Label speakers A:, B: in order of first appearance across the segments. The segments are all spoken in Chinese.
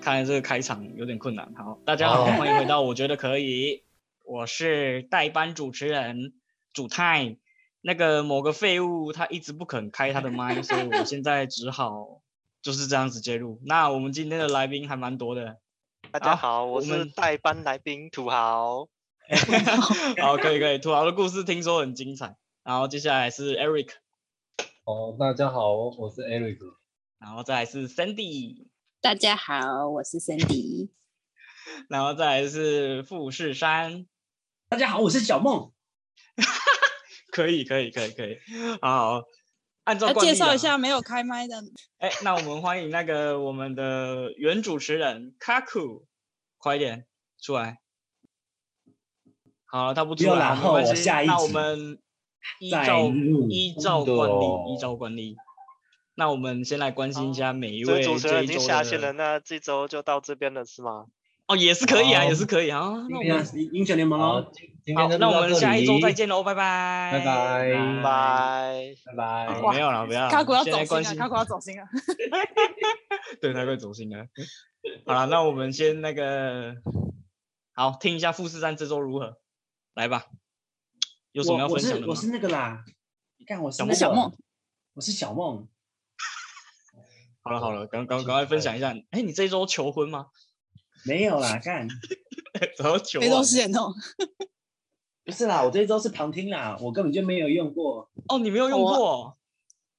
A: 看来这个开场有点困难。好，大家好，
B: 哦
A: 欢迎回到我觉得可以，我是代班主持人主泰。那个某个废物他一直不肯开他的麦，所以我现在只好就是这样子介入。那我们今天的来宾还蛮多的，
B: 啊
C: 大家
A: 好
C: 好，我
A: 我
C: 是
A: 们
C: 代班来宾土豪。
A: 好，可以可以，土豪的故事听说很精彩。然后接下来是 Eric，
B: 哦，大家好，我是 Eric。
A: 然后再来是 Sandy，
D: 大家好，我是 Cindy。
A: 然后再来是富士山。
E: 大家好，我是小梦。
A: 可以可以可以可以，好，按照
D: 要
A: 惯例啊
D: 啊介绍
A: 啦
D: 一下没有开麦的，
A: 哎，那我们欢迎那个我们的原主持人 Kaku，快一点出来。好，他不出
E: 不
A: 来，
E: 要啦
A: 没
E: 后
A: 关
E: 我
A: 系。
E: 下一
A: 那我
E: 集
A: 们依
E: 再
A: 照
E: 录
A: 依照
B: 真的
A: 惯例，
B: 哦
A: 依照惯例。那我们先来关心一下每一
C: 所
A: 位
C: 以主持
A: 这
C: 人
A: 一
C: 已经
A: 周
C: 下线了，
A: 的
C: 那这周就到这边了，是吗？
A: 哦，也是可以啊，也
B: 好
A: 是可以啊。那我
E: 对呀
A: 们，
E: 英雄联盟
B: 好
E: 哦，，
B: 今今
A: 好
B: 天
A: 那
B: 就，录
A: 我
B: 到
A: 们
B: 这
A: 下一周
B: 里
A: 再，见喽，拜拜，
B: 拜拜
A: 嗯
C: 拜
A: 拜。
C: 拜。
B: 拜拜。
A: 没有了，不要啦。
D: 卡古要
A: 啊现
D: 走
A: 在关
C: 啊
D: 心
A: 心
D: 了，卡古要走心了。
A: 对，他会走心的。啊 好了，那我们先那个，好，听一下富士山这周如何，来吧，有什么要
E: 我我
A: 分享的
E: 是
A: 吗
E: 我？是那个啦，你看我是
A: 小
E: 那
A: 梦
E: 个
D: 小梦，
E: 我是小梦。
A: 好了好了，赶赶赶快分享一下。哎，你这周求婚吗？
E: 没有啦，干
A: 然后求啊
D: 没
A: 完
D: 东西弄。
E: 不是啦，我这一周是旁听啦，我根本就没有用过。
A: 哦，你没有用
D: 我
A: 过？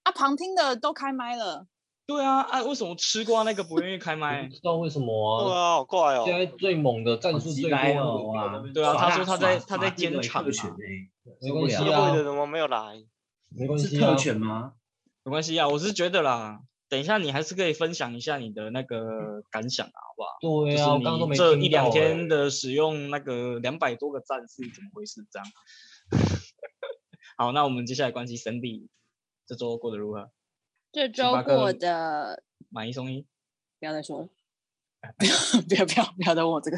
D: 啊，旁听的都开麦了，
A: 对啊，啊，为什么吃瓜那个不愿意开
B: 我
A: 麦
E: 哎
B: 不？知道为什么
C: 哇，
B: 啊，
C: 好怪哦
B: 现！在最猛的战术最
E: 好鸡掰
B: 多
E: 哦
B: 的
E: 哇
B: 那边
A: 对啊
E: 耍
A: 他
E: 大
A: 说他在
E: 耍
A: 他在
E: 耍这个
A: 监场
E: 特
A: 啊
E: 权欸
B: 没关系
C: 议
B: 啊
C: 会，的怎么没有来？
B: 没关
E: 是
B: 系
E: 特
B: 啊。
E: 权吗？
A: 没关系啊，我是觉得啦，等一下你还是可以分享一下你的那个感想啊，好不好？
B: 对
A: 就是
B: 啊，我刚刚都
A: 你
B: 没
A: 这
B: 听
A: 一两
B: 到
A: 天
B: 欸
A: 的使用那个两百多个赞是怎么回事？这样。 好，那我们接下来关心 Cindy 这周过得如何？
D: 这
A: 星
D: 周
A: 巴克
D: 过的
A: 买一送一，
D: 不要 再说了，不要不要不要再问我这个。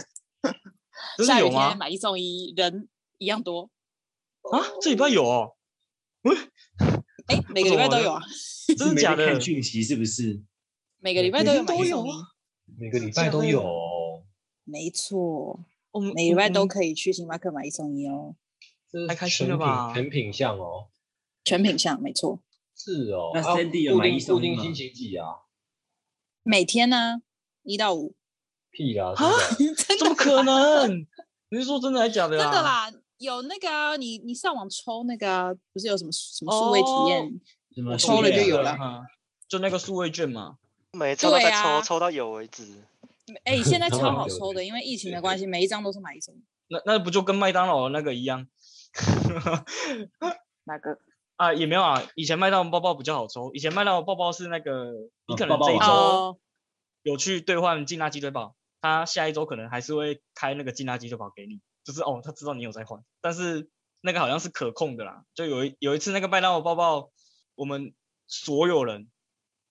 A: 真
D: 下
A: 的
D: 雨
A: 有
D: 天
A: 吗？
D: 买一送一，人一样多。
A: 啊，这礼拜有哦，
D: 哎，每个礼拜都有啊，
A: 真的假
E: 没在
A: 的
E: 看？讯息是不是？
D: 每个礼拜
A: 每
D: 都
A: 天
D: 有买
A: 都
D: 一
A: 有
D: 送一
A: 啊。
B: 每个礼拜都有，
D: 没错，
A: 我们
D: 每个礼拜都
A: 我
D: 可以去星巴克买一送一
E: 啊
D: 哦，
B: 这是
A: 太开心
B: 全
A: 了
B: 品
A: 吧
B: 全品项哦，
D: 全品项没错，
B: 是哦。
E: 那
B: 啊
E: Sandy 有
B: 固
E: 买
B: 定
E: 一送
B: 固
E: 一
B: 定
E: 吗
B: 星期几啊？
D: 每天呢一到五。
B: 屁啦！
A: 啊
B: 真 的
D: 真
A: 怎么可能？你是说真的还是假的啊
D: 真
A: 啦？
D: 的啦，有那个啊，你你上网抽那个啊，不是有什么数什么数位
A: 哦
D: 体验？
E: 什么
A: 我
D: 抽了
E: 讯息
D: 就
E: 啊
D: 有了
A: 哈，就那个数位券嘛。
C: 每抽都在
D: 对
C: 抽，
D: 啊
C: 抽到有为止。
D: 哎、现 在
B: 超
D: 超
B: 好
D: 好
B: 抽
D: 抽
B: 的
D: 的，因为疫情的关系，每一张都是买一送一。
A: 那那不就跟麦当劳那个一样？
D: 哪个？
A: 啊，也没有啊，以前麦当劳包包比较好抽，以前麦当劳包包是那个，你
B: 啊
E: 哦
A: 可能
E: 包包
A: 这一
E: 王
A: 周
D: 哦
A: 有去兑换劲辣鸡腿堡，他下一周可能还是会开那个劲辣鸡腿堡给你，就是哦，他知道你有在换，但是那个好像是可控的啦，就有一有一次那个麦当劳包包，我们所有人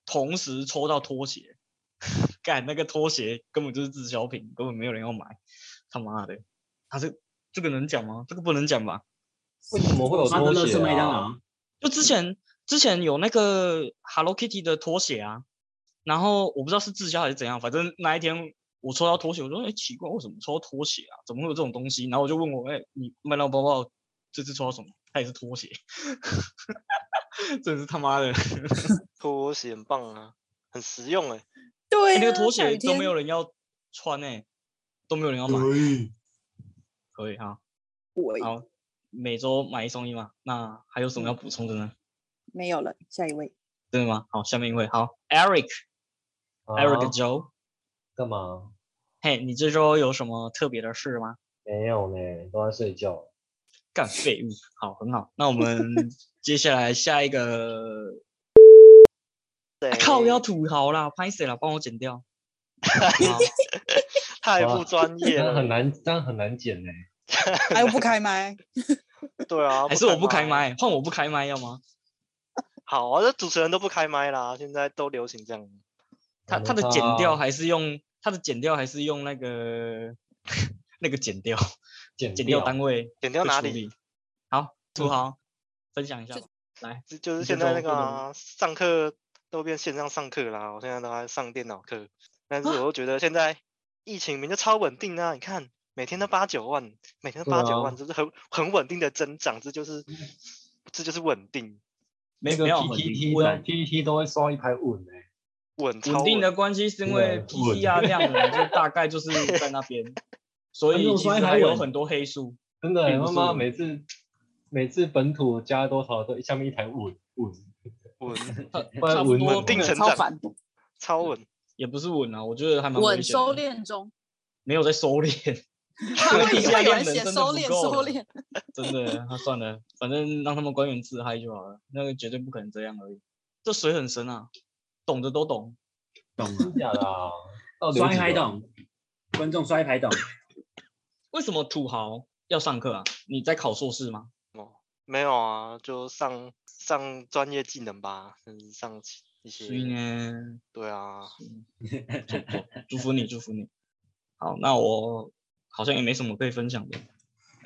A: 同时抽到拖鞋， 干那个拖鞋根本就是滞销品，根本没有人要买，他妈的，他是这个能讲吗？这个不能讲吧？
B: 为什么会有
E: 妈的
B: 拖
E: 乐
B: 鞋
E: 色麦当
B: 啊？
E: 劳，
A: 就之前之前有那个 Hello Kitty 的拖鞋啊，然后我不知道是滞销还是怎样，反正那一天我抽到拖鞋，我说哎、诶奇怪，为什么抽到拖鞋啊？怎么会有这种东西？然后我就问我哎、诶你麦当劳包包这次抽到什么？它也是拖鞋， 真是他妈的，
C: 拖鞋很棒啊，很实用哎、
D: 对、啊，
A: 那个拖
D: 下
A: 鞋
D: 雨
A: 都
D: 天
A: 没有人要穿哎、都没有人要买，
E: 嗯
A: 可以哈，
D: 我
A: 好，每周买一送一嘛，那还有什么要补充的呢？
D: 没有了，下一位。
A: 真的吗？好，下面一位，好，Eric，Eric
B: 啊
A: Joe。
B: 干嘛？
A: 嘿，你这周有什么特别的事吗？
B: 没有呢，都在睡觉。
A: 干废物，好，很好。那我们接下来下一个，
C: 对，
A: 啊靠，要土豪啦，拍谁啦？帮我剪掉。好
C: 太
B: 哇
C: 不专业
B: 但很
C: 了。
B: 难，但很难剪呢。
D: 还哎有不 开麦，
C: 对啊，
A: 还是我不开
C: 开。
A: 麦，换我不开麦要吗？
C: 好啊，这主持人都不开麦啦，现在都流行这样。
A: 他
B: 没
A: 他的剪
B: 差
A: 掉
B: 啊
A: 还是用他的剪掉还是用那个 那个剪掉
B: 剪嗯
A: 剪掉单位
C: 剪掉
A: 会
C: 哪
A: 处
C: 里？
A: 理？好，土豪分享一下吧。
C: 就就是
A: 你
C: 现
A: 这
C: 在
A: 周
C: 那个
A: 过得
C: 啊、上课都变线上上课啦，我现在都在上电脑课。但是我又觉得现在疫情明就超稳定啊，你看每天都八九万，每天都
B: 对
C: 八
B: 啊
C: 九万，这是很很稳定的增长，这就是这就是稳定，
A: 没
B: 那个
A: 没有
B: PPT
A: 稳
B: 都 PPT 都会刷一排稳哎，
C: 稳超
A: 稳定的
C: 稳
A: 关系是因
B: 真
A: 为
B: 的
A: PCR 量能啊就大概就是在那 边，所以
B: 观众
A: 其
B: 说
A: 实
B: 还
A: 还有
B: 稳
A: 很多黑数。
B: 真的
A: 并不
B: 他
A: 是
B: 妈
A: 稳
B: 每次每次本土加多少都下面一台稳稳，
C: 稳
B: 不然
D: 差不
B: 稳
D: 多
C: 稳定
D: 真的
C: 成
D: 超
C: 长
D: 烦的，
C: 超稳，
A: 也不是稳啊，我觉得还蛮危
D: 稳
A: 险的
D: 收敛中。
A: 没有在收敛，
D: 他们底下有人
A: 这个
D: 写
A: 地下
D: 收
A: 量能
D: 敛
A: 真的不够
D: 收
A: 了
D: 敛，
A: 真的。那、算了，反正让他们官员自嗨就好了，那个绝对不可能这样而已。这水很深啊，懂的都懂。
E: 懂了，
B: 真假的 啊？到底有
E: 刷一
B: 几
E: 排
B: 个啊
E: 懂，观众刷一排懂，
A: 为什么土豪要上课啊？你在考硕士吗？
C: 没有啊，就上上专业技能吧，嗯，上其一些
A: 所以呢，
C: 对啊，
A: 祝祝祝福你，祝福你。好，那我好像也没什么可以分享的。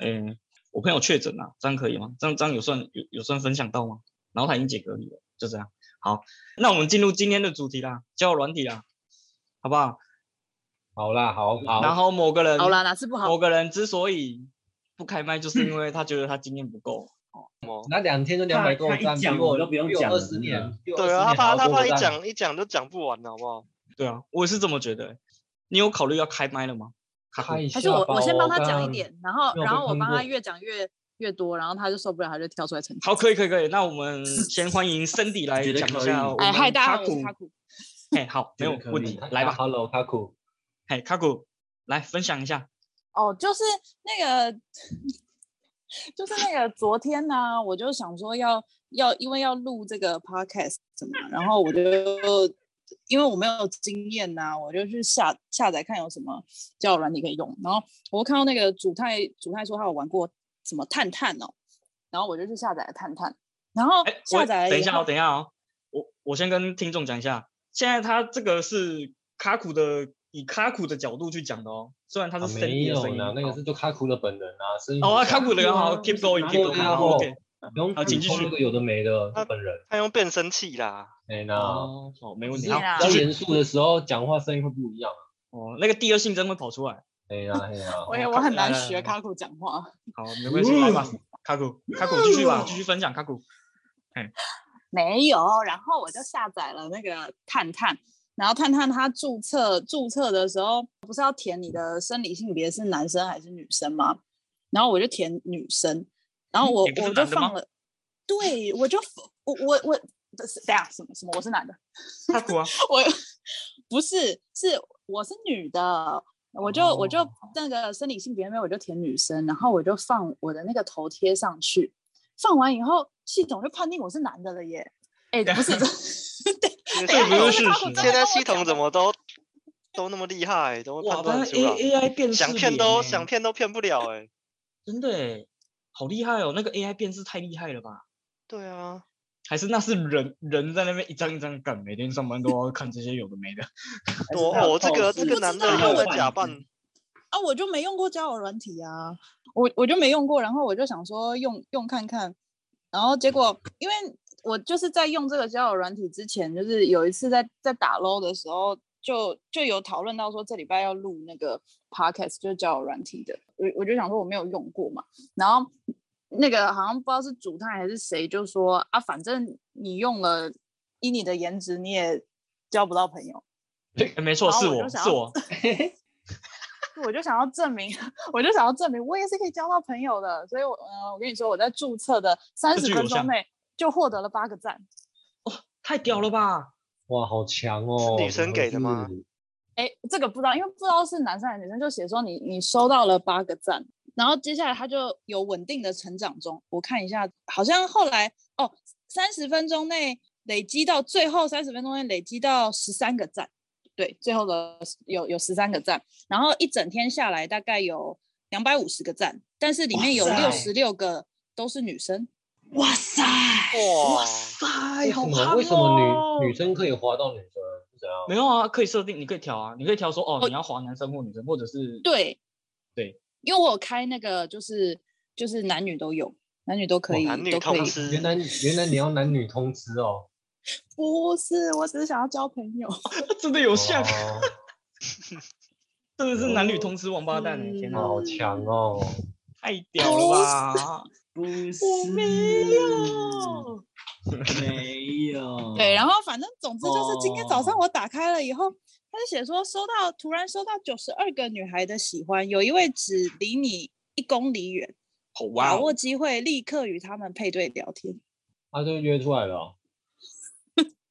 A: 嗯，我朋友确诊啊了，这样可以吗？这样这样有算有有算分享到吗？然后他已经解隔离了，就这样。好，那我们进入今天的主题啦，交友软体啦，好不好？
B: 好啦，好
A: 然
B: 好，
A: 后某个人，
D: 好啦，哪次不好
A: 某？个人之所以不开麦，就是因为他觉得他经验不够。
C: 哦，
B: 那两天就两百多
E: 他
B: 个
E: 一
B: 赞，
E: 讲
B: 比
E: 我都不用
B: 比我
E: 讲
B: 二
E: 了
B: 十
E: 真的
B: 年，
A: 嗯
B: 比我
C: 对啊，他
B: 20年还
C: 怕
B: 要
C: 他
B: 多
C: 怕
B: 个
C: 一
B: 赞
C: 讲一讲就讲不完了，好不好？
A: 对啊，我也是这么觉得欸、你有考虑要开麦了吗？卡库
B: 开一
D: 还是
B: 下
D: 我
B: 吧
D: 我先帮他
B: 刚
D: 讲一
B: 刚
D: 点，然后
B: 没有
D: 然
B: 被
D: 后我
B: 坑
D: 帮
B: 过
D: 他越讲越越多，然后他就受不了，他就跳出来澄清。
A: 好，可以，可以，可以。那我们先欢迎 Cindy 来
E: 觉得
A: 讲一
E: 可以
A: 下我
D: 哎，
A: 们
D: 嗨，大
A: 卡
D: 家好，我是
A: 库
D: 卡。库。
A: 哎，好，没
E: 觉
A: 有
E: 得可
A: 问
E: 以
A: 题，来吧。
B: ，Hello，卡库，
A: 哎，卡古，来分享一下。
D: 哦，就是那个， 就是那个昨天呢、我就想说要要，因为要录这个 podcast 嘛，然后我就因为我没有经验呐、我就去下下载看有什么交友软体可以用，然后我看到那个主太主太说他有玩过什么探探哦，然后我就去下载了探探，然后
A: 哎，我
D: 下载了
A: 等一
D: 以
A: 下
D: 后
A: 哦，等一下哦，我我先跟听众讲一下，现在他这个是卡古的，以卡古的角度去讲的哦。虽然他
B: 啊
A: 是
B: 没
A: Cindy 的
B: 有
A: 声音，
B: 呢，那个是就卡库的本人啊，声音
A: 哦，
B: 很
A: 啊卡
B: 像
A: 古的人好
E: 对啊
A: ，keep going，keep
E: 对
A: going，
E: 啊
A: 好，OK。
B: 不用
A: 好请
B: 补
A: 继
B: 充
A: 续啊
B: 那个有的没的日本人，
C: 他用变声器啦，
B: 哎那
A: 哦，好，没问题。
D: 是
A: 好
D: 啦
B: 比
A: 继
B: 较
A: 续
B: 严肃的时候讲话声音会不一样啊，
A: 哦，那个第二性征会跑出来。
B: 哎呀哎呀，
D: 我也
A: 哦
D: 我
A: 卡
D: 很
A: 来
D: 难
A: 来来
D: 学卡库讲话。
A: 好，没关系，来吧，卡古，卡古继续吧，继续分享卡古。
D: 没有，然后我就下载了那个探探，然后探探它注册注册的时候不是要填你的生理性别是男生还是女生吗？然后我就填女生，然后我
A: 嗯你不是
D: 我就
A: 男的吗
D: 放了，对我就我我我等下什么什么我是男的，
A: 卡古啊，
D: 我不是是我是女的，我就、我就
A: 哦
D: 那个生理性别没有，我就填女生，然后我就放我的那个头贴上去，放完以后系统就判定我是男的了耶。哎、不是， 对，
C: 这
D: 哎
A: 不是
C: 个
A: 事
C: 系
A: 实
C: 统
D: 卡普
C: 现
D: 真的跟
C: 在
D: 我
C: 系统
D: 讲
C: 怎
D: 的
C: 么都都那么厉害，都
A: 哇，
C: 判断
A: 他
C: 得出来
A: A I 辨识
C: 想骗
A: 脸欸
C: 都想骗都骗不了哎、
A: 真的欸，好厉害哦！那个 AI 辨识太厉害了吧？
C: 对啊，
A: 还是那是人人在那边一张一张干，每天上班都要看这些有的没的。
C: 我我、这个这
D: 不
C: 个
D: 知
C: 男的又
D: 道我
C: 在假 扮，
D: 啊，我就没用过交友软体啊，我我就没用过，然后我就想说用用看看，然后结果因为我就是在用这个交友软体之前，就是有一次在在打 low 的时候，就就有讨论到说这礼拜要录那个 podcast，就是交友软体的，我我就想说我没有用过嘛，然后那个好像不知道是主探还是谁就说啊，反正你用了，以你的颜值你也交不到朋友。
A: 欸没错，
D: 然后
A: 是
D: 哦我就
A: 我
D: 想
A: 是
D: 要
A: 我，
D: 我就想要证明，我就想要证明我也是可以交到朋友的，所以我，呃，我跟你说，我在注册的三
A: 这
D: 十
A: 句
D: 分
A: 有
D: 钟
A: 像
D: 内就获得了八个赞。
A: 太屌了
D: 哦
A: 吧！
B: 哇好强哦，
C: 是女生给的吗
B: 怎么会是？
D: 哎，这个不知道，因为不知道是男生还是女生，就写说你你收到了八个赞，然后接下来他就有稳定的成长中。我看一下，好像后来哦，三十分钟内累积到最后三十分钟内累积到十三个赞，对，最后的有有十三个赞，然后一整天下来大概有两百五十个赞，但是里面有
E: 哇塞
D: 六十六个都是女生。
E: 哇塞，
C: 哇，
A: 塞
B: 为什么为什么女女生可以滑到女生？是怎样？
A: 哦没有啊？可以设定，你可以调啊，你可以调说哦，你要滑男生或女生，或者是
D: 对
A: 对，
D: 因为我有开那个就是就是男女都有，男女都可
C: 哇
D: 以，
C: 男女
D: 都可以
C: 通。吃，
B: 原来原来你要男女通吃哦，
D: 不是，我只是想要交朋友。
A: 真的有像
B: 哦
A: 真的是男女通吃王八
D: 嗯
A: 蛋、欸，天哪，
B: 好强哦！
A: 太屌了 吧！
E: 不是，
A: 我没有，
E: 没 有。
D: 对，然后反正总之就是今天早上我打开了以后，他就写说收到，突然收到九十二个女孩的喜欢，有一位只离你一公里远，
A: 好哇
D: 把
A: 哦，
D: 握机会立刻与他们配对聊天。
B: 他啊就约出来了哦，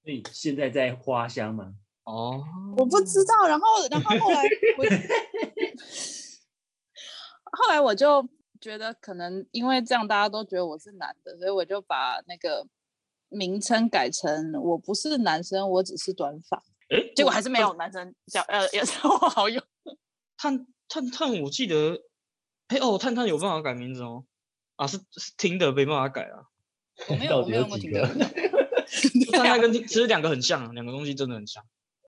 E: 所以现在在花香吗？
A: 哦，
D: 我不知道，然后然后后来我 后来我就觉得可能因为这样大家都觉得我是男的，所以我就把那个名称改成我不是男生，我只是短发。
A: 诶
D: 结果还是没有男生叫呃也是我好友。
A: 探探探，我记得，哎哦，探探有办法改名字哦，啊是是听的没办法改 啊，
D: 我没有
B: 到
D: 我
B: 底
D: 没有用
B: 有
D: 过
B: 几
D: 听
B: 个
D: 的，
A: 就探 探跟听其实两个很像啊，两个东西真的很像。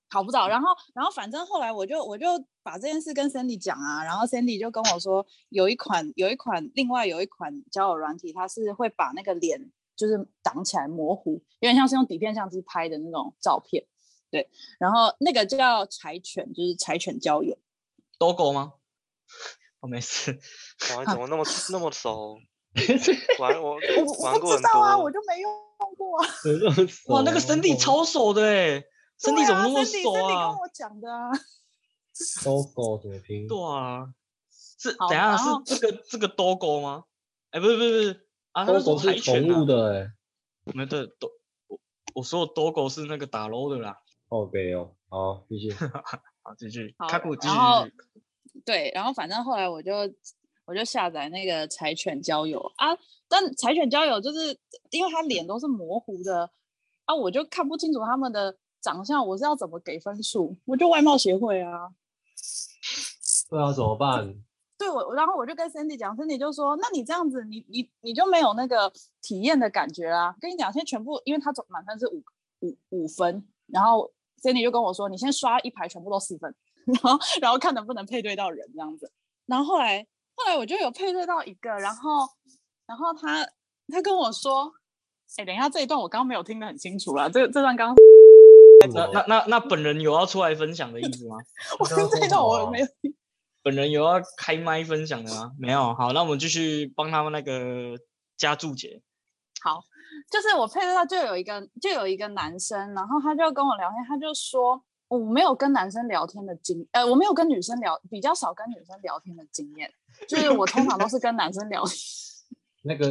D: 考不到。然后然后反正后来我就我就把这件事跟 Sandy 讲啊，然后 Sandy 就跟我说有一款有一款另外有一款交友软体，它是会把那个脸就是挡起来模糊，有点像是用底片相机拍的那种照片。对，然后那个叫柴犬，就是柴犬交友。
A: logo 吗？哦，没事，
C: 哇，怎么 那么那么熟？玩我
D: 我不我
C: 玩
D: 不
C: 过很
D: 知道啊，
C: 多，
D: 我就没用过啊。
A: 哇，那个身体超熟的哎，身体怎么那么
D: 哦对
A: 熟
D: 啊？Sandy- Sandy
A: 啊
D: 跟？我讲的啊。
B: 搜狗怎么拼？
A: 对啊，是
D: 好
A: 等一下
D: 然
A: 是
D: 后
A: 这个这个 logo 吗？哎，不是不是不是啊，他
B: 搜
A: 是说
B: 狗
A: 柴
B: 是
A: 犬
B: 宠物
A: 啊，
B: 的哎，
A: 没对，都我我说的 logo 是那个打 low 的啦。
B: 好悲哦。好，继续。
A: 好，继续，
D: 好
A: 卡古继续
D: 然后对，然后反正后来我就我就下载那个柴犬交友啊，但柴犬交友就是因为他脸都是模糊的啊，我就看不清楚他们的长相，我是要怎么给分数？我就外貌协会啊。
B: 对啊，怎么办？
D: 对我，然后我就跟 Cindy 讲，Cindy 就说：“那你这样子，你你你就没有那个体验的感觉啦。”跟你讲，现在全部，因为他总满分是五五五分，然后 Cindy 就跟我说：“你先刷一排，全部都四分， 然后然后看能不能配对到人这样子。”然后后来后来我就有配对到一个，然后然后他他跟我说：“哎，等一下这一段我刚刚没有听得很清楚啦，这这段刚 刚
A: 那那那那本人有要出来分享的意思吗？
D: 我
B: 刚刚
D: 这
B: 说
D: 一段
B: 什
D: 我
B: 么啊
D: 没有
A: 本人有要开麦分享的吗？没有，好，那我们继续帮他们那个加注解。
D: 好，就是我配对到就有一个就有一个男生，然后他就跟我聊天，他就说我没有跟男生聊天的经，呃，我没有跟女生聊，比较少跟女生聊天的经验，就是我通常都是跟男生聊天。
B: 那个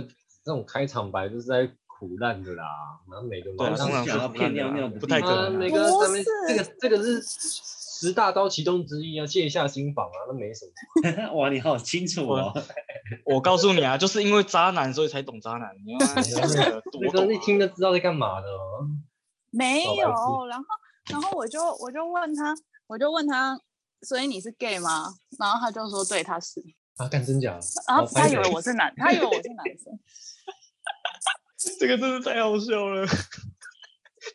B: 那种开场白就是在苦烂的啦，然后每个
A: 对
B: 马
A: 啊，
E: 好
B: 上
A: 通
E: 像
A: 常
E: 想
A: 是
E: 要
A: 不烂
E: 骗
A: 的
E: 尿
A: 啦
E: 尿不
A: 不太
E: 是
A: 可
B: 啊，
A: 能
B: 每
A: 啊。
B: 个人
D: 不
B: 在那边这个这个是十大招其中之一啊，卸下心防啊，那没什么。
E: 哇，你好清楚哦。
A: 我告诉你啊，就是因为渣男，所以才懂渣男。你 要那个多
B: 那个
A: 懂
B: 人一
A: 啊
B: 听就知道在干嘛的哦。
D: 没
B: 小白
D: 有，然后然后我就我就问他，我就问他，所以你是 gay 吗？然后他就说对，他是，
B: 啊，干真假？
D: 然后
B: 好
D: 他
B: 拍
D: 以为
B: 手
D: 我是男，他以为我是男生。
A: 这个真是太好笑了，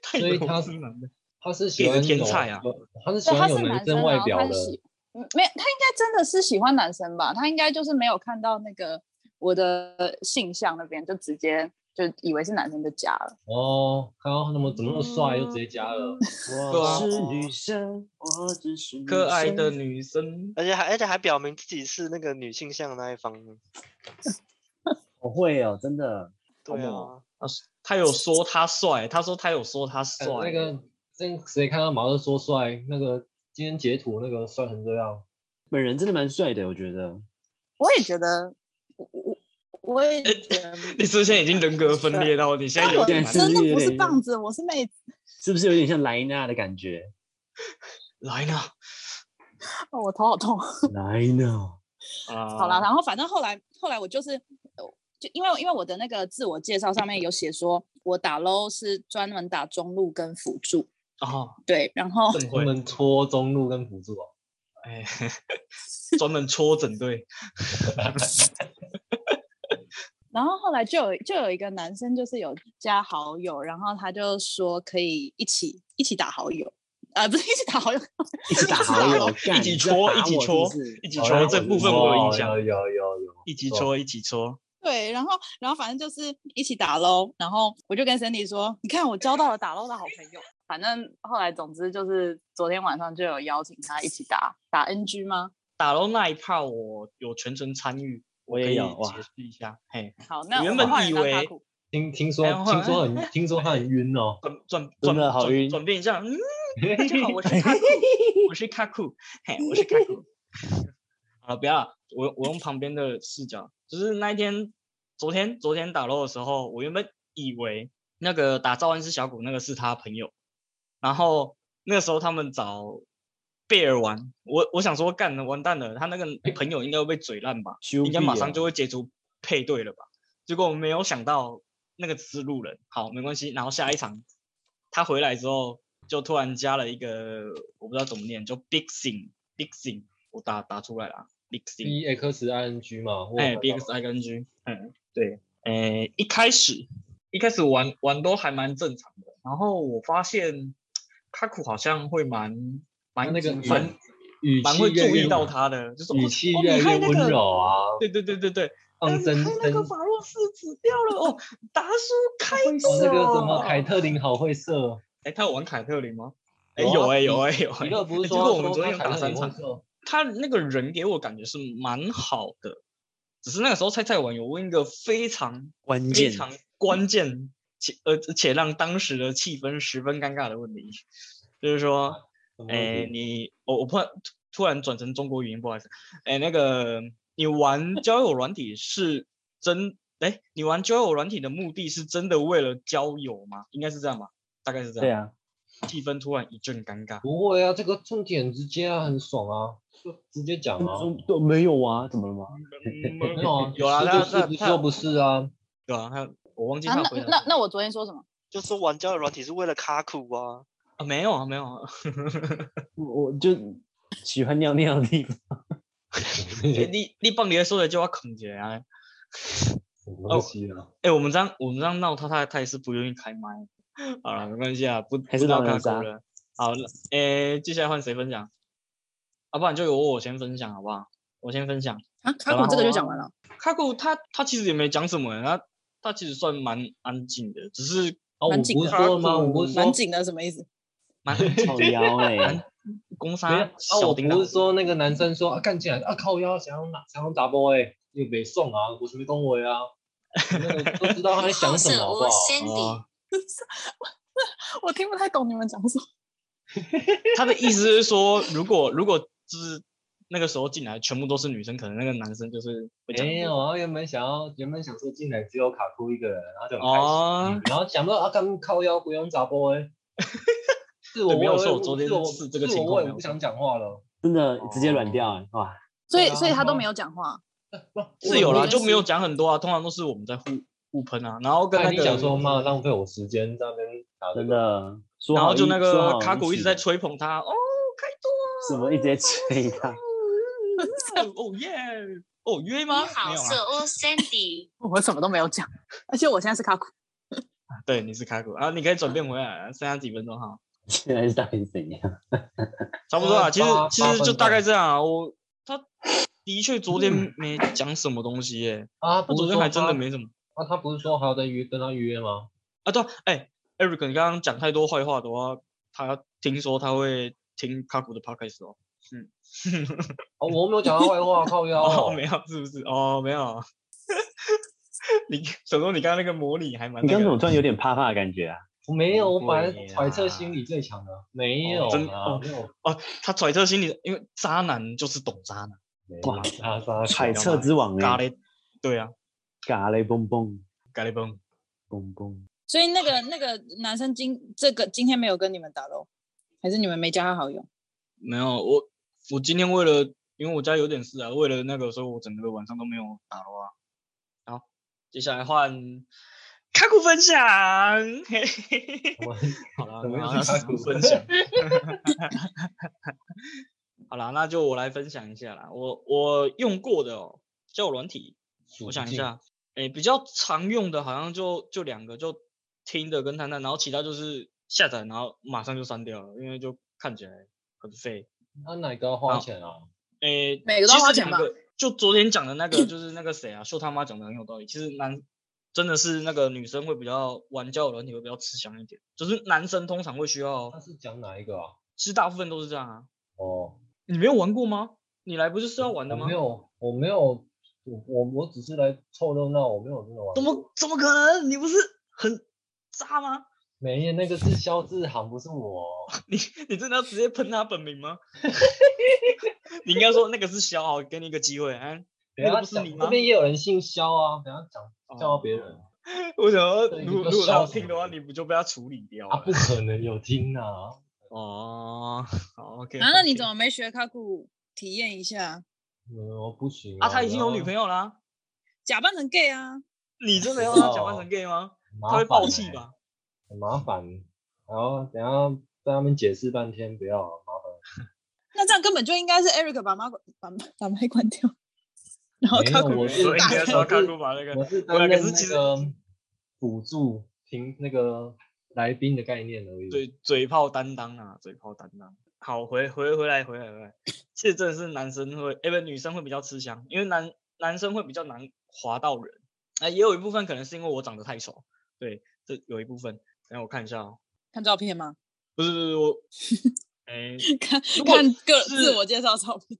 A: 太
B: 所以
A: 有
B: 他
A: 智能了。
B: 他是喜欢
A: 变成天
B: 有
A: 菜啊
B: 有他是喜
D: 对，他
B: 欢
D: 是
B: 有
D: 男生，
B: 男生
D: 然
B: 外
D: 后
B: 表
D: 他是
B: 的。
D: 喜，嗯没有，他应该真的是喜欢男生吧？他应该就是没有看到那个我的性向那边，就直接就以为是男生就加了。
B: 哦，看到他那么怎么那么帅，就直接加
D: 嗯
B: 了。
A: 啊
E: 我是
F: 哦
E: 女生，我只是女
A: 可爱的
E: 生
A: 女生，
C: 而且还而且还表明自己是那个女性向那一方呢。
E: 我会哦，真的。
C: 对
A: 猛
C: 啊，
D: 哦
A: 啊他有说他帅，他说他有说他帅
B: 干。呃那个真谁看到毛就说帅，那个今天截图那个帅成这样，
E: 本人真的蛮帅的，我觉得。
D: 我也觉得，我我我也觉得
A: 你是不是 现在已经人格分裂到你现在
D: 但
A: 有
D: 我
A: 点
E: 点
A: 难
D: 真
E: 是
D: 的
E: 有
D: 不 是
E: 点
D: 棒子，我是妹子。
E: 是不是有点像莱纳的感觉？
A: 来呢
D: 哦我头好痛。
E: 莱
F: 哦
E: 纳，
A: 啊？
D: 好啦，然后反正后来后来我就是，呃就因为因为我的那个自我介绍上面有写说，我打 low 是专门打中路跟辅助，
A: 哦，
D: 对，然后
A: 正
B: 他
A: 会
B: 们拖中路跟辅助哦。
A: 哎， 专门戳整队，
D: 然后后来就有就有一个男生，就是有加好友，然后他就说可以一起一起打好友，呃，不是一起打好友，
E: 一起打好友，干
A: 啊一起
E: 你在打
A: 戳
E: 我
A: 一起
E: 是
A: 戳
E: 不是
A: 一起
B: 好
A: 戳
B: 像
A: 这
B: 有
A: 部分
B: 有
A: 我有印象
B: 哦有，有有有。
A: 一起
B: 错
A: 戳一起戳，
D: 对，然后然后反正就是一起打喽，然后我就跟 Cindy 说，你看我交到了打喽的好朋友，反正后来总之就是昨天晚上就有邀请他一起打打 NG 吗？
A: 打到那一趴，我有全程参与，
B: 我
A: 可
B: 也
A: 以
B: 有哇
A: 解，释一下。嘿，
D: 好，那
A: 我
D: 我
A: 原
D: 们
A: 本
D: 换
A: 以
D: 人当
A: 为
D: 卡库
B: 听听说
A: 哎我
B: 听说很听说他很晕哦，
A: 转转
B: 真
A: 转
B: 的好
A: 转
B: 晕
A: 转变一下，嗯， 大家好，我是卡库，我是卡库，嘿，我是卡库。 好了，不要了，我我用旁边的视角，就是那一天，昨天昨天打 LO 的时候，我原本以为那个打造恩师小谷那个是他朋友，然后那个时候他们找贝尔玩，我我想说干了完蛋了，他那个
B: 哎
A: 朋友应该会被嘴烂吧，
F: 羞
A: 应该
F: 屁
A: 马上
E: 哦
F: 啊
A: 就会解除配对了吧？结果我没有想到那个只是路人，好没关系。然后下一场他回来之后，就突然加了一个我不知道怎么念，就 Big Sing Big Sing，我打打出来了，Big 啊 Sing。
B: B X I N G 嘛，我有
A: 哎
B: 看
A: ，B
B: 到
A: X I 跟 G，嗯，对，哎，一开始一开始玩玩都还蛮正常的，然后我发现卡库好像会蛮蛮
B: 他那个
A: 谨
B: 语
A: 蛮
B: 语
A: 蛮
B: 气
A: 会
B: 越来
A: 注意
B: 越
A: 到
B: 温
A: 他的，就是
B: 语
A: 哦
B: 气
A: 哦
B: 越
A: 你
B: 来
A: 害
B: 越
A: 那
B: 温
A: 个，
B: 柔啊，
A: 对对对对对，
B: 放
A: 嗯
B: 真
A: 开那
B: 真
A: 个法洛斯指掉了哦，达叔开
B: 哦那个
A: 走
B: 什么凯特琳好会 射，
A: 哎，他有玩凯特琳吗？哎，
B: 有
A: 有
B: 啊
A: 哎有
B: 你
A: 哎有哎
B: 一，个不
A: 哎
B: 是
A: 结
B: 说
A: 果我们
B: 说
A: 昨天
B: 她
A: 有打
B: 凯特
A: 三
B: 琳会
A: 场
B: 射
A: 他那个人给我感觉是蛮好的，只是那个时候菜菜网有问一个非常
F: 关
A: 非
F: 键
A: 常关键且而且让当时的气氛十分尴尬的问题，就是说，
B: 什么
A: 哎、
B: 问题
A: 你我我突然突然转成中国语音，不好意思，哎、那个你玩交友软体是真哎、你玩交友软体的目的是真的为了交友吗？应该是这样吧，大概是这样。
F: 对啊，
A: 气氛突然一阵尴尬。
B: 不会啊，这个重点直接啊，很爽 啊，就直接讲啊，
F: 嗯对没有啊，怎么了吗？
B: 没有啊，
A: 有啊，
B: 是
A: 他
B: 就
A: 他
B: 是不是
A: 他
B: 就不是啊，
A: 对啊，他我忘记
D: 啊，
A: 他
D: 那
A: 回答
D: 那
A: 什么
D: 那我昨天说什么？
C: 就说玩交友软体是为了卡苦啊，
A: 啊没有啊没有 啊，
F: 我就喜欢尿尿的地方。
A: 欸你你帮你的说的就要恐结啊！
B: 什么东西啊？
A: 哎、我们这样我们这样闹他，他他也是不愿意开麦。 好了，没关系啊，不
F: 还是
A: 不闹
F: 让人
A: 他哭
F: 杀
A: 了。好了，哎、接下来换谁分享？啊，不然就由我先分享好不好？我先分享。
D: 啊，卡
A: 然后
D: 库这个就讲完了。
A: 卡古他他其实也没讲什么、欸他他其实算蛮安静的，只哦是
B: 啊，我
D: 蛮紧
B: 不是
A: 的
B: 说了吗？我不是说
D: 蛮紧的，什么意思？
A: 蛮安静
F: 靠 腰
E: 欸
F: 哎，
A: 攻
B: 没有
A: 杀
B: 啊，
A: 小
B: 我
A: 叮
B: 不
A: 当哦
B: 是。说那个男生说啊，干起来啊，靠腰想要拿想要打波哎，又没送啊，我什么恭维啊，那个都知道他在想什么好不好？啊，
D: 我听不太懂你们讲什么。
A: 他的意思是说，如果如果就是那个时候进来全部都是女生，可能那个男生就是会讲
B: 没有啊，原本想要原本想说进来只有卡库一个人，然后就很开心。
A: 哦，
B: 然后想到啊，干靠腰不用砸波哎，是我
A: 对没有
B: 我
A: 错
B: 也
A: 昨天
B: 是我
A: 是这个
B: 我
A: 情况
B: 我
A: 没
B: 也
A: 有
B: 不
A: 错
B: 想讲话了。
F: 真的直接软掉
E: 欸
F: 哎，哇！
D: 所以
B: 对啊
D: 所以他都
B: 然后
D: 没有讲 话。
A: 是有啦，
D: 我觉得
A: 就是没有讲很多啊，通常都是我们在互互喷啊，然后跟
B: 那
A: 那
B: 你
A: 个
B: 想说妈浪费我时间在那边打这
F: 真
B: 个，
F: 的，说
A: 然
F: 好
A: 后就
F: 一
A: 那
F: 说
A: 个
F: 好
A: 卡古一直
F: 起
A: 在吹捧他哦，开
F: 什么一直在吹他，
A: 多哦哦耶哦约吗？没有啊，
G: 哦，Sandy，
D: 我什么都没有讲，而且我现在是卡库。
A: 对，你是卡古啊，你可以转变回来，剩下几分钟
B: 呃
A: 哈，
F: 现在到底是怎样？
A: 差不多啊，其实
B: 八
A: 其
B: 八
A: 实就
B: 分
A: 大
B: 钟
A: 概这样啊，我他的确昨天没讲什么东西耶，他
B: 啊，不
A: 昨
B: 是
A: 天
B: 说
A: 还真的
B: 他
A: 没什么。
B: 啊，他不是说还要再约跟他约吗？
A: 啊，对啊，哎、e r i c 你刚刚讲太多坏话的话，他听说他会听卡古的 podcast 哦。
B: 哦，我没有讲他坏话， 靠腰
A: 哦，
B: 哦
A: 没。有，是不是？哦，没有。 你小说你刚刚那个模拟还蛮
F: 你
A: 那
F: 刚
A: 个
F: 怎么突然有点怕怕的感觉啊？
B: 我没有，我本
A: 对
B: 来
A: 啦
B: 揣测心理最强的，没有
A: 真
B: 啊，
A: 啊哦
B: 没有，
A: 哦，他揣测心理，因为渣男就是懂渣男，
F: 哇
B: 他他
F: 揣测之王
A: 咖
F: 哎，
A: 喱，对啊，
F: 嘎嘞嘣嘣
A: 咖喱崩，
F: 嘣嘣，
D: 所以那个那个男生今这个今天没有跟你们打喽，还是你们没加他好友？
A: 没有我，我今天为了因为我家有点事啊，为了那个，所以我整个晚上都没有打了啊。好，接下来换 卡古分享，嘿嘿嘿嘿。好啦，
B: 怎么又
A: 那
B: 是他
A: 是
B: 哭
A: 分享？ 好啦，那就我来分享一下啦。我我用过的哦，交友软体，我想一，下，诶，比较常用的好像就就两个，就听的跟探探，然后其他就是下载，然后马上就删掉了，因为就看起来很废。
B: 他哪个要花钱啊？
A: 诶，
D: 每个都
A: 其
D: 要花
A: 实
D: 钱
A: 两
D: 吧
A: 个就昨天讲的那个，就是那个谁啊，秀他妈讲的很有道理。其实男真的是那个女生会比较玩交友软体会比较吃香一点，就是男生通常会需要
B: 他，是讲哪一个啊？
A: 其实大部分都是这样啊。
B: 哦，
A: 你没有玩过吗？你来不就是要玩的
B: 我
A: 吗？
B: 没，有，我没有，我我我只是来凑热闹，我没有真的玩
A: 怎
B: 过。
A: 么怎么可能？你不是很渣吗？
B: 没，那个是肖志航，不是 我。哦
A: 你你真的要直接喷他本名吗？ 你应该说那个是肖，好，给你一个机会，哎、
B: 等一
A: 那
B: 下
A: 个不是
B: 讲
A: 你吗
B: 这边也有人姓肖啊，等一下讲
A: 哦
B: 叫到别人
A: 我想要，
B: 对
A: 如
B: 你
A: 果
B: 就
A: 如果他
B: 烧
A: 有
B: 什
A: 听的
B: 么
A: 话，你不就被他处理掉
B: 啊，
A: 了？
B: 不可能有听啊。
A: 哦，好，OK。
D: 啊，那你怎么没学卡古体验一下？
B: 嗯，我不行
A: 啊？他已经有女朋
B: 友，
A: 友啦，
D: 假扮成 gay 啊？
A: 你真的要
B: 知
A: 让他假扮
B: 道
A: 成 gay 吗？
B: 很麻
A: 他会
B: 烦
A: 爆
B: 欸
A: 气？吧？
B: 很麻烦，然后等一下在他们解释半天，不要了麻烦。
D: 那这样根本就应该是 Eric 把麦把麦把麦关掉，然后
B: 没
D: 卡
B: 有
D: 古
B: 我
A: 所以应
B: 是
D: 大
A: 该
D: 开
A: 是要
B: 我
A: 看
B: 是
A: 过把那个
B: 我是
A: 对啊
B: 担
A: 可
B: 任
A: 是其
B: 那
A: 实
B: 个辅助评那个来宾的概念而已。，
A: 嘴嘴炮担当啊，嘴炮担当。好，回回回来回来回来，其实真的是男生会，哎不，女生会比较吃香，因为男男生会比较难滑到人。啊、也有一部分可能是因为我长得太丑，对，这有一部分。等一下我看一下哦，
D: 看照片吗？
A: 不是不是 我，哎、
D: 看
A: 如果
D: 看个
A: 是
D: 自我介绍照片。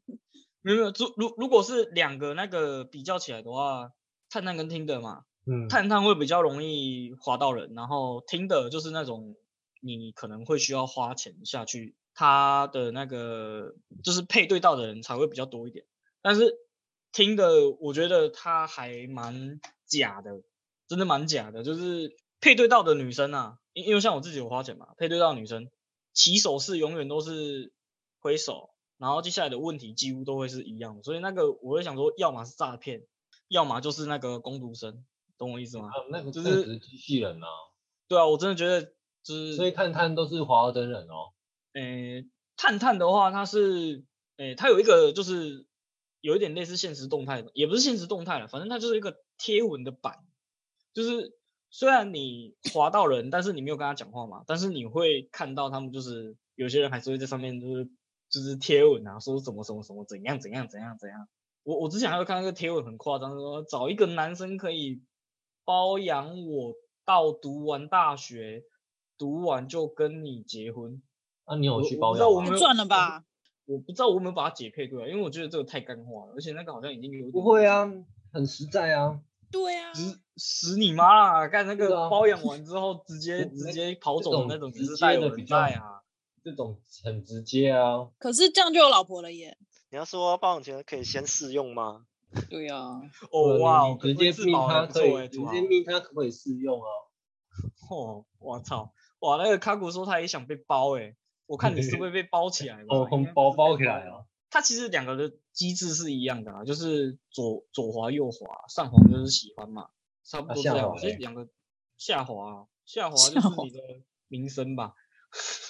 A: 没有没有，如如如果是两个那个比较起来的话，探探跟听的嘛，
B: 嗯，
A: 探探会比较容易滑到人，然后听的就是那种你可能会需要花钱下去，他的那个就是配对到的人才会比较多一点。但是听的，我觉得他还蛮假的，真的蛮假的，就是配对到的女生啊，因因为像我自己有花钱嘛，配对到的女生起手式永远都是挥手，然后接下来的问题几乎都会是一样的，所以那个我会想说，要么是诈骗，要么就是那个攻读生，懂我意思吗？
B: 啊那个
A: 就
B: 就是是机器人啊，
A: 对啊，我真的觉得就是，
B: 所以探探都是华尔真人哦。
A: 诶、探探的话，它是，诶、它有一个就是有一点类似现实动态的，也不是现实动态了，反正它就是一个贴文的版，就是虽然你滑到人，但是你没有跟他讲话嘛，但是你会看到他们就是有些人还是会在上面就是就是贴文啊，说什么什么什么怎样怎样怎样怎样。我我之前还有看到一个贴文很夸张，说找一个男生可以包养我到读完大学，读完就跟你结婚。
B: 那啊你有
A: 我
B: 去
A: 我不
B: 包
A: 知道
B: 养
A: 我
B: 吗
A: 们？
D: 哎赚了吧？
A: 我不知道我有没有把它解配对啊，因为我觉得这个太干化了，而且那个好像已经有点
B: 不会，啊，很实在啊。
D: 对啊，
A: 只死你妈啦！干那
B: 是
A: 个
B: 啊
A: 包养完之后，直接
B: 我
A: 直
B: 那
A: 接跑
B: 这
A: 走的
B: 种
A: 那种，只
B: 直
A: 是带
B: 接的
A: 有
B: 比
A: 人
B: 较
A: 带啊。
B: 这种很直接
A: 哦
B: 啊，
D: 可是这样就有老婆了耶。
C: 你要说包养前可以先试用吗？
D: 对啊，
A: 哦
B: 你
A: 哇，
B: 你
A: 可
B: 直接
A: 自
B: 命
A: 保还
B: 他
A: 不
B: 可
A: 错哎，
B: 以，直
A: 土豪
B: 接命他可不可以试用啊？
A: 哦，我操，哇那个卡古说他也想被包哎，我看你是会被包起来吧？
B: 哦，
A: 应
B: 红
A: 该
B: 包
A: 是
B: 包
A: 被
B: 起来
A: 包
B: 啊。
A: 它其实两个的机制是一样的啊，就是左左滑右滑，上滑就是喜欢嘛，差不
B: 啊
A: 多这
B: 下
A: 样。
B: 滑
A: 其实
B: 嘞
A: 两个下滑啊，下 滑就
D: 下
A: 是
D: 滑
A: 你的名声吧，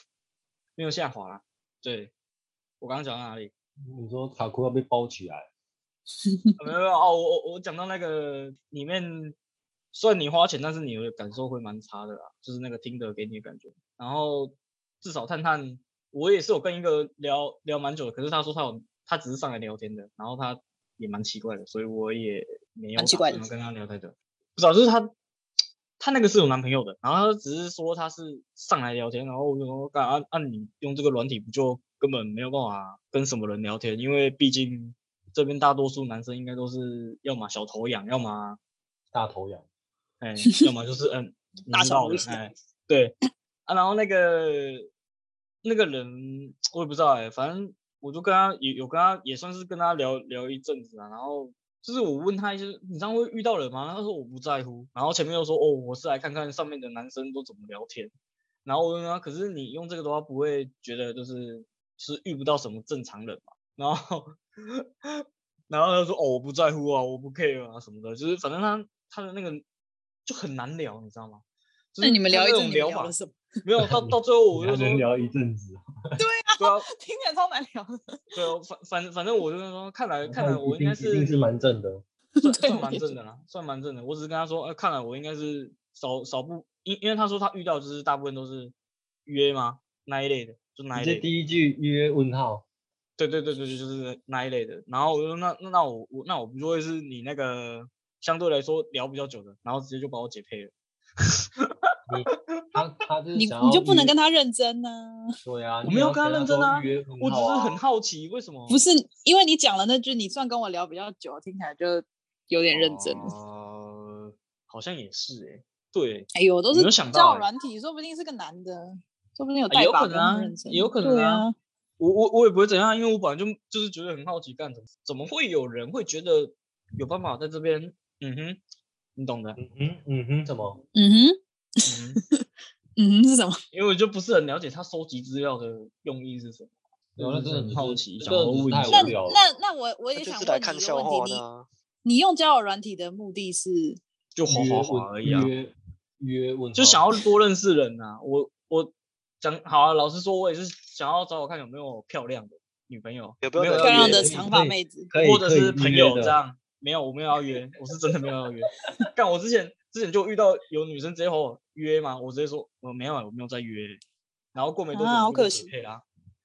A: 没有下滑啦。对，我刚刚讲到哪里？
B: 你说卡库要被包起来，
A: 啊没有没有哦，我我我讲到那个里面，虽然你花钱，但是你的感受会蛮差的啦，就是那个听得给你的感觉。然后至少探探，我也是有跟一个聊聊蛮久的，可是他说他有他只是上来聊天的，然后他也蛮奇怪的，所以我也没有
D: 蛮奇
A: 打
D: 怪
A: 算
D: 的
A: 要跟他聊太多。不知道，就是他他那个是有男朋友的，然后他只是说他是上来聊天，然后我就说，干按按你用这个软体不就根本没有办法跟什么人聊天，因为毕竟这边大多数男生应该都是要么小头痒，要么
B: 大头痒。
A: 哎，要么就是嗯，你
D: 大
A: 知
D: 小
A: 道
D: 无
A: 的
D: 所
A: 哎， 对啊，然后那个那个人我也不知道哎，反正我就跟他有有跟他也算是跟他聊聊一阵子啊，然后就是我问他一些，你这样会遇到人吗？他说我不在乎，然后前面又说哦，我是来看看上面的男生都怎么聊天，然后我问他，可是你用这个的话不会觉得就是是遇不到什么正常人嘛？然后然后他说哦我不在乎啊，我不 care 啊什么的，就是反正他他的那个就很难聊，你知道吗？就
D: 那
A: 是
D: 你们
A: 他
D: 聊一
A: 那
D: 阵，
A: 种
D: 你们
A: 聊
D: 聊
A: 法
D: 了什么？
A: 没有到到最后我
B: 我
A: 就
B: 还
A: 说
B: 能聊一阵子啊，
A: 对啊
D: 听起来超难聊的。
A: 对啊，反反反正我就说，看 来看来
B: 那
A: 我
B: 一
A: 应
B: 定
A: 该
B: 一定是
A: 你
B: 蛮正的。
A: 算
D: 对
A: 算
D: 我
A: 蛮
D: 也
A: 正
D: 觉
A: 的啦，算蛮正的。我只是跟他说，呃，看来我应该是少少部，因因为他说他遇到就是大部分都是约嘛那一类的，就那
B: 直
A: 一
B: 接
A: 类的。
B: 第一句约问号，
A: 对对对对，就是那一类的。然后我就说那那那我我那我不就会是你那个相对来说聊比较久的，然后直接就把我姐配了。
B: 他他就是
D: 你
B: 想
D: 你
B: 要
D: 就不能
B: 预
D: 跟他认真呢、
B: 对啊，
A: 我
B: 你
A: 没有
B: 要
A: 跟他认真
B: 说
A: 啊
B: 预约
A: 我只是很
B: 嗯好啊
A: 好奇为什么
D: 不是因为你讲了那句，你算跟我聊比较久，听起来就有点认真。
A: 哦好像也是哎、对，
D: 哎呦，都
A: 没
D: 是
A: 有想
D: 交
A: 到
D: 友
A: 欸
D: 软体，说不定是个男的，说不定有
A: 啊
D: 带
A: 有
D: 把
A: 可
D: 跟
A: 能
D: 他
A: 啊
D: 认，真，
A: 有可能
D: 对啊。
A: 我我我也不会怎样，因为我本来就就是觉得很好奇，干怎么怎么会有人会觉得有办法在这边，嗯哼，你懂的，
B: 嗯嗯嗯哼，怎么？
D: 嗯哼，
A: 嗯哼
D: 嗯哼是什么？
A: 因为我就不是很了解他收集资料的用意是什么，
B: 有啊
A: 我
B: 那
A: 就
B: 真
A: 是很
B: 的只
A: 好
B: 是
A: 奇
B: 这
A: 想
B: 真
A: 要
B: 的只
A: 问
B: 是
A: 一
B: 太
A: 下
D: 那
B: 无聊了
D: 那那我我也
C: 就
D: 想
C: 是
D: 问
C: 来
D: 你
C: 看
D: 一个
C: 笑
D: 问
C: 话
D: 题，
C: 的
D: 你
C: 啊。
D: 你用交友软体的目的是
A: 就滑滑
B: 约
A: 滑
B: 问
A: 而已啊，
B: 约约问
A: 就想
B: 号
A: 要多认识人啊。我我讲好啊，老实说，我也是想要找找看有没有漂亮的女朋友，
C: 有没有
A: 没有
C: 人
A: 要
D: 漂亮
A: 约
D: 的
B: 可以
D: 长
B: 可
D: 发
B: 以
D: 妹子？
B: 可以
A: 或者
B: 可以
A: 是
B: 预
A: 朋
B: 约
A: 友
B: 的
A: 这样。没有，我没有要约，我是真的没有要约。 但我之前之前就遇到有女生直接和我约嘛，我直接说我没有啊，我没有在约。然后过没多久我
D: 啊好
A: 就被
D: 可
A: 解
D: 惜
A: 配啦，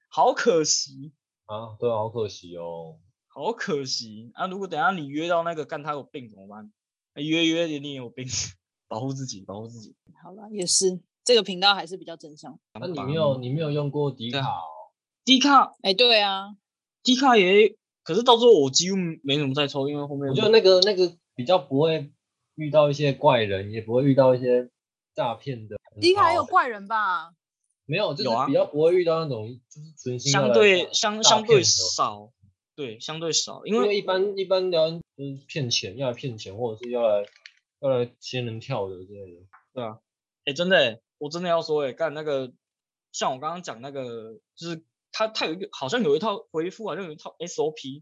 A: 好可惜，
B: 啊，对啊，好可惜哦。
A: 好可惜啊！如果等一下你约到那个干他有病怎么办？哎约约你也有病， 保护自己，保护自己。
D: 好了，也是这个频道还是比较正向。
B: 那你没有你没有用过迪
A: 哦对啊
B: 卡哦？
A: 低卡
D: 哎，对啊，
A: 低卡也，可是到最后我几乎没怎么再抽，因为后面
B: 我觉得那个那个比较不会遇到一些怪人，也不会遇到一些诈骗的。
D: 迪卡也有
B: 好哎
D: 怪人吧？
B: 没有？就是
A: 有啊
B: 比较不会遇到那种就是存心要
A: 相
B: 来
A: 对
B: 诈
A: 相
B: 诈
A: 相对
B: 骗的
A: 少，对相对少，因
B: 因
A: 为
B: 为一般一般聊天就是骗钱，要来骗钱，或者是要来要来仙人跳的之类的。
A: 哎、真的、欸，我真的要说、欸，哎，干那个，像我刚刚讲那个，就是他他有一个好像有一套回复，好像有一套 SOP，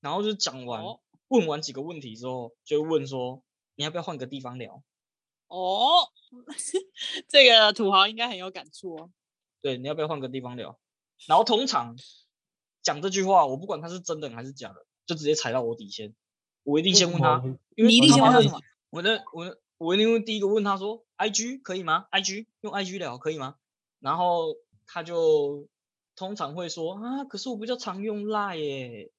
A: 然后就讲完、
D: 哦
A: 问完几个问题之后，就会问说你要不要换个地方聊？
D: 哦， 这个土豪应该很有感触哦。
A: 对，你要不要换个地方聊？然后通常讲这句话，我不管他是真的还是假的，就直接踩到我底线，我一定先问他，因为
D: 你一定
A: 他
D: 先
A: 妈
D: 问他
A: 的
D: 什么？
A: 我的我的我一定会第一个问他说，IG 可以吗？IG 用 IG 聊可以吗？然后他就通常会说啊，可是我比较常用 Line 耶，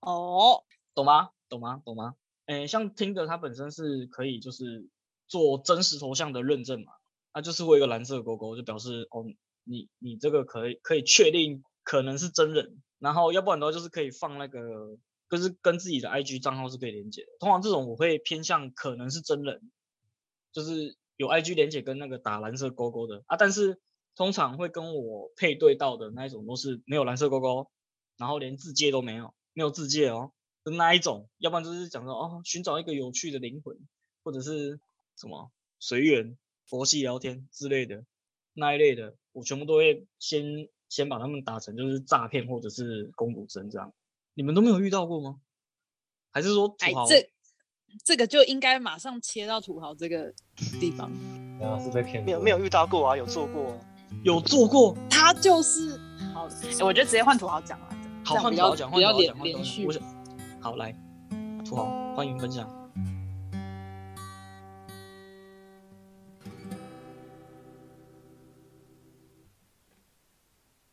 D: 哦，
A: 懂吗？懂吗？懂吗？诶，像听的它本身是可以就是做真实头像的认证嘛，它就是会有一个蓝色的勾勾，就表示哦，你你这个可以可以确定可能是真人，然后要不然的话就是可以放那个，就是跟自己的 IG 账号是可以连接的。通常这种我会偏向可能是真人，就是有 IG 连接跟那个打蓝色勾勾的啊，但是通常会跟我配对到的那一种都是没有蓝色勾勾，哦然后连字界都没有，没有字界哦。的那一种，要不然就是讲说哦，寻找一个有趣的灵魂，或者是什么随缘、佛系聊天之类的那一类的，我全部都会先先把他们打成就是诈骗或者是公主生这样。你们都没有遇到过吗？还是说
D: 哎
A: 土豪？，
D: 这这个就应该马上切到土豪这个地方。
B: 然后是被骗过，
C: 没有没有遇到过啊，有做过。
A: 有做过？
D: 他就是好，哎我觉得直接换土豪讲了，这
A: 好，
D: 样
A: 换土
D: 比较
A: 豪讲，
D: 比
A: 换土
D: 较
A: 豪
D: 连
A: 讲，换土豪
D: 连
A: 讲。
D: 续
A: 我。想，好来，土豪欢迎分享。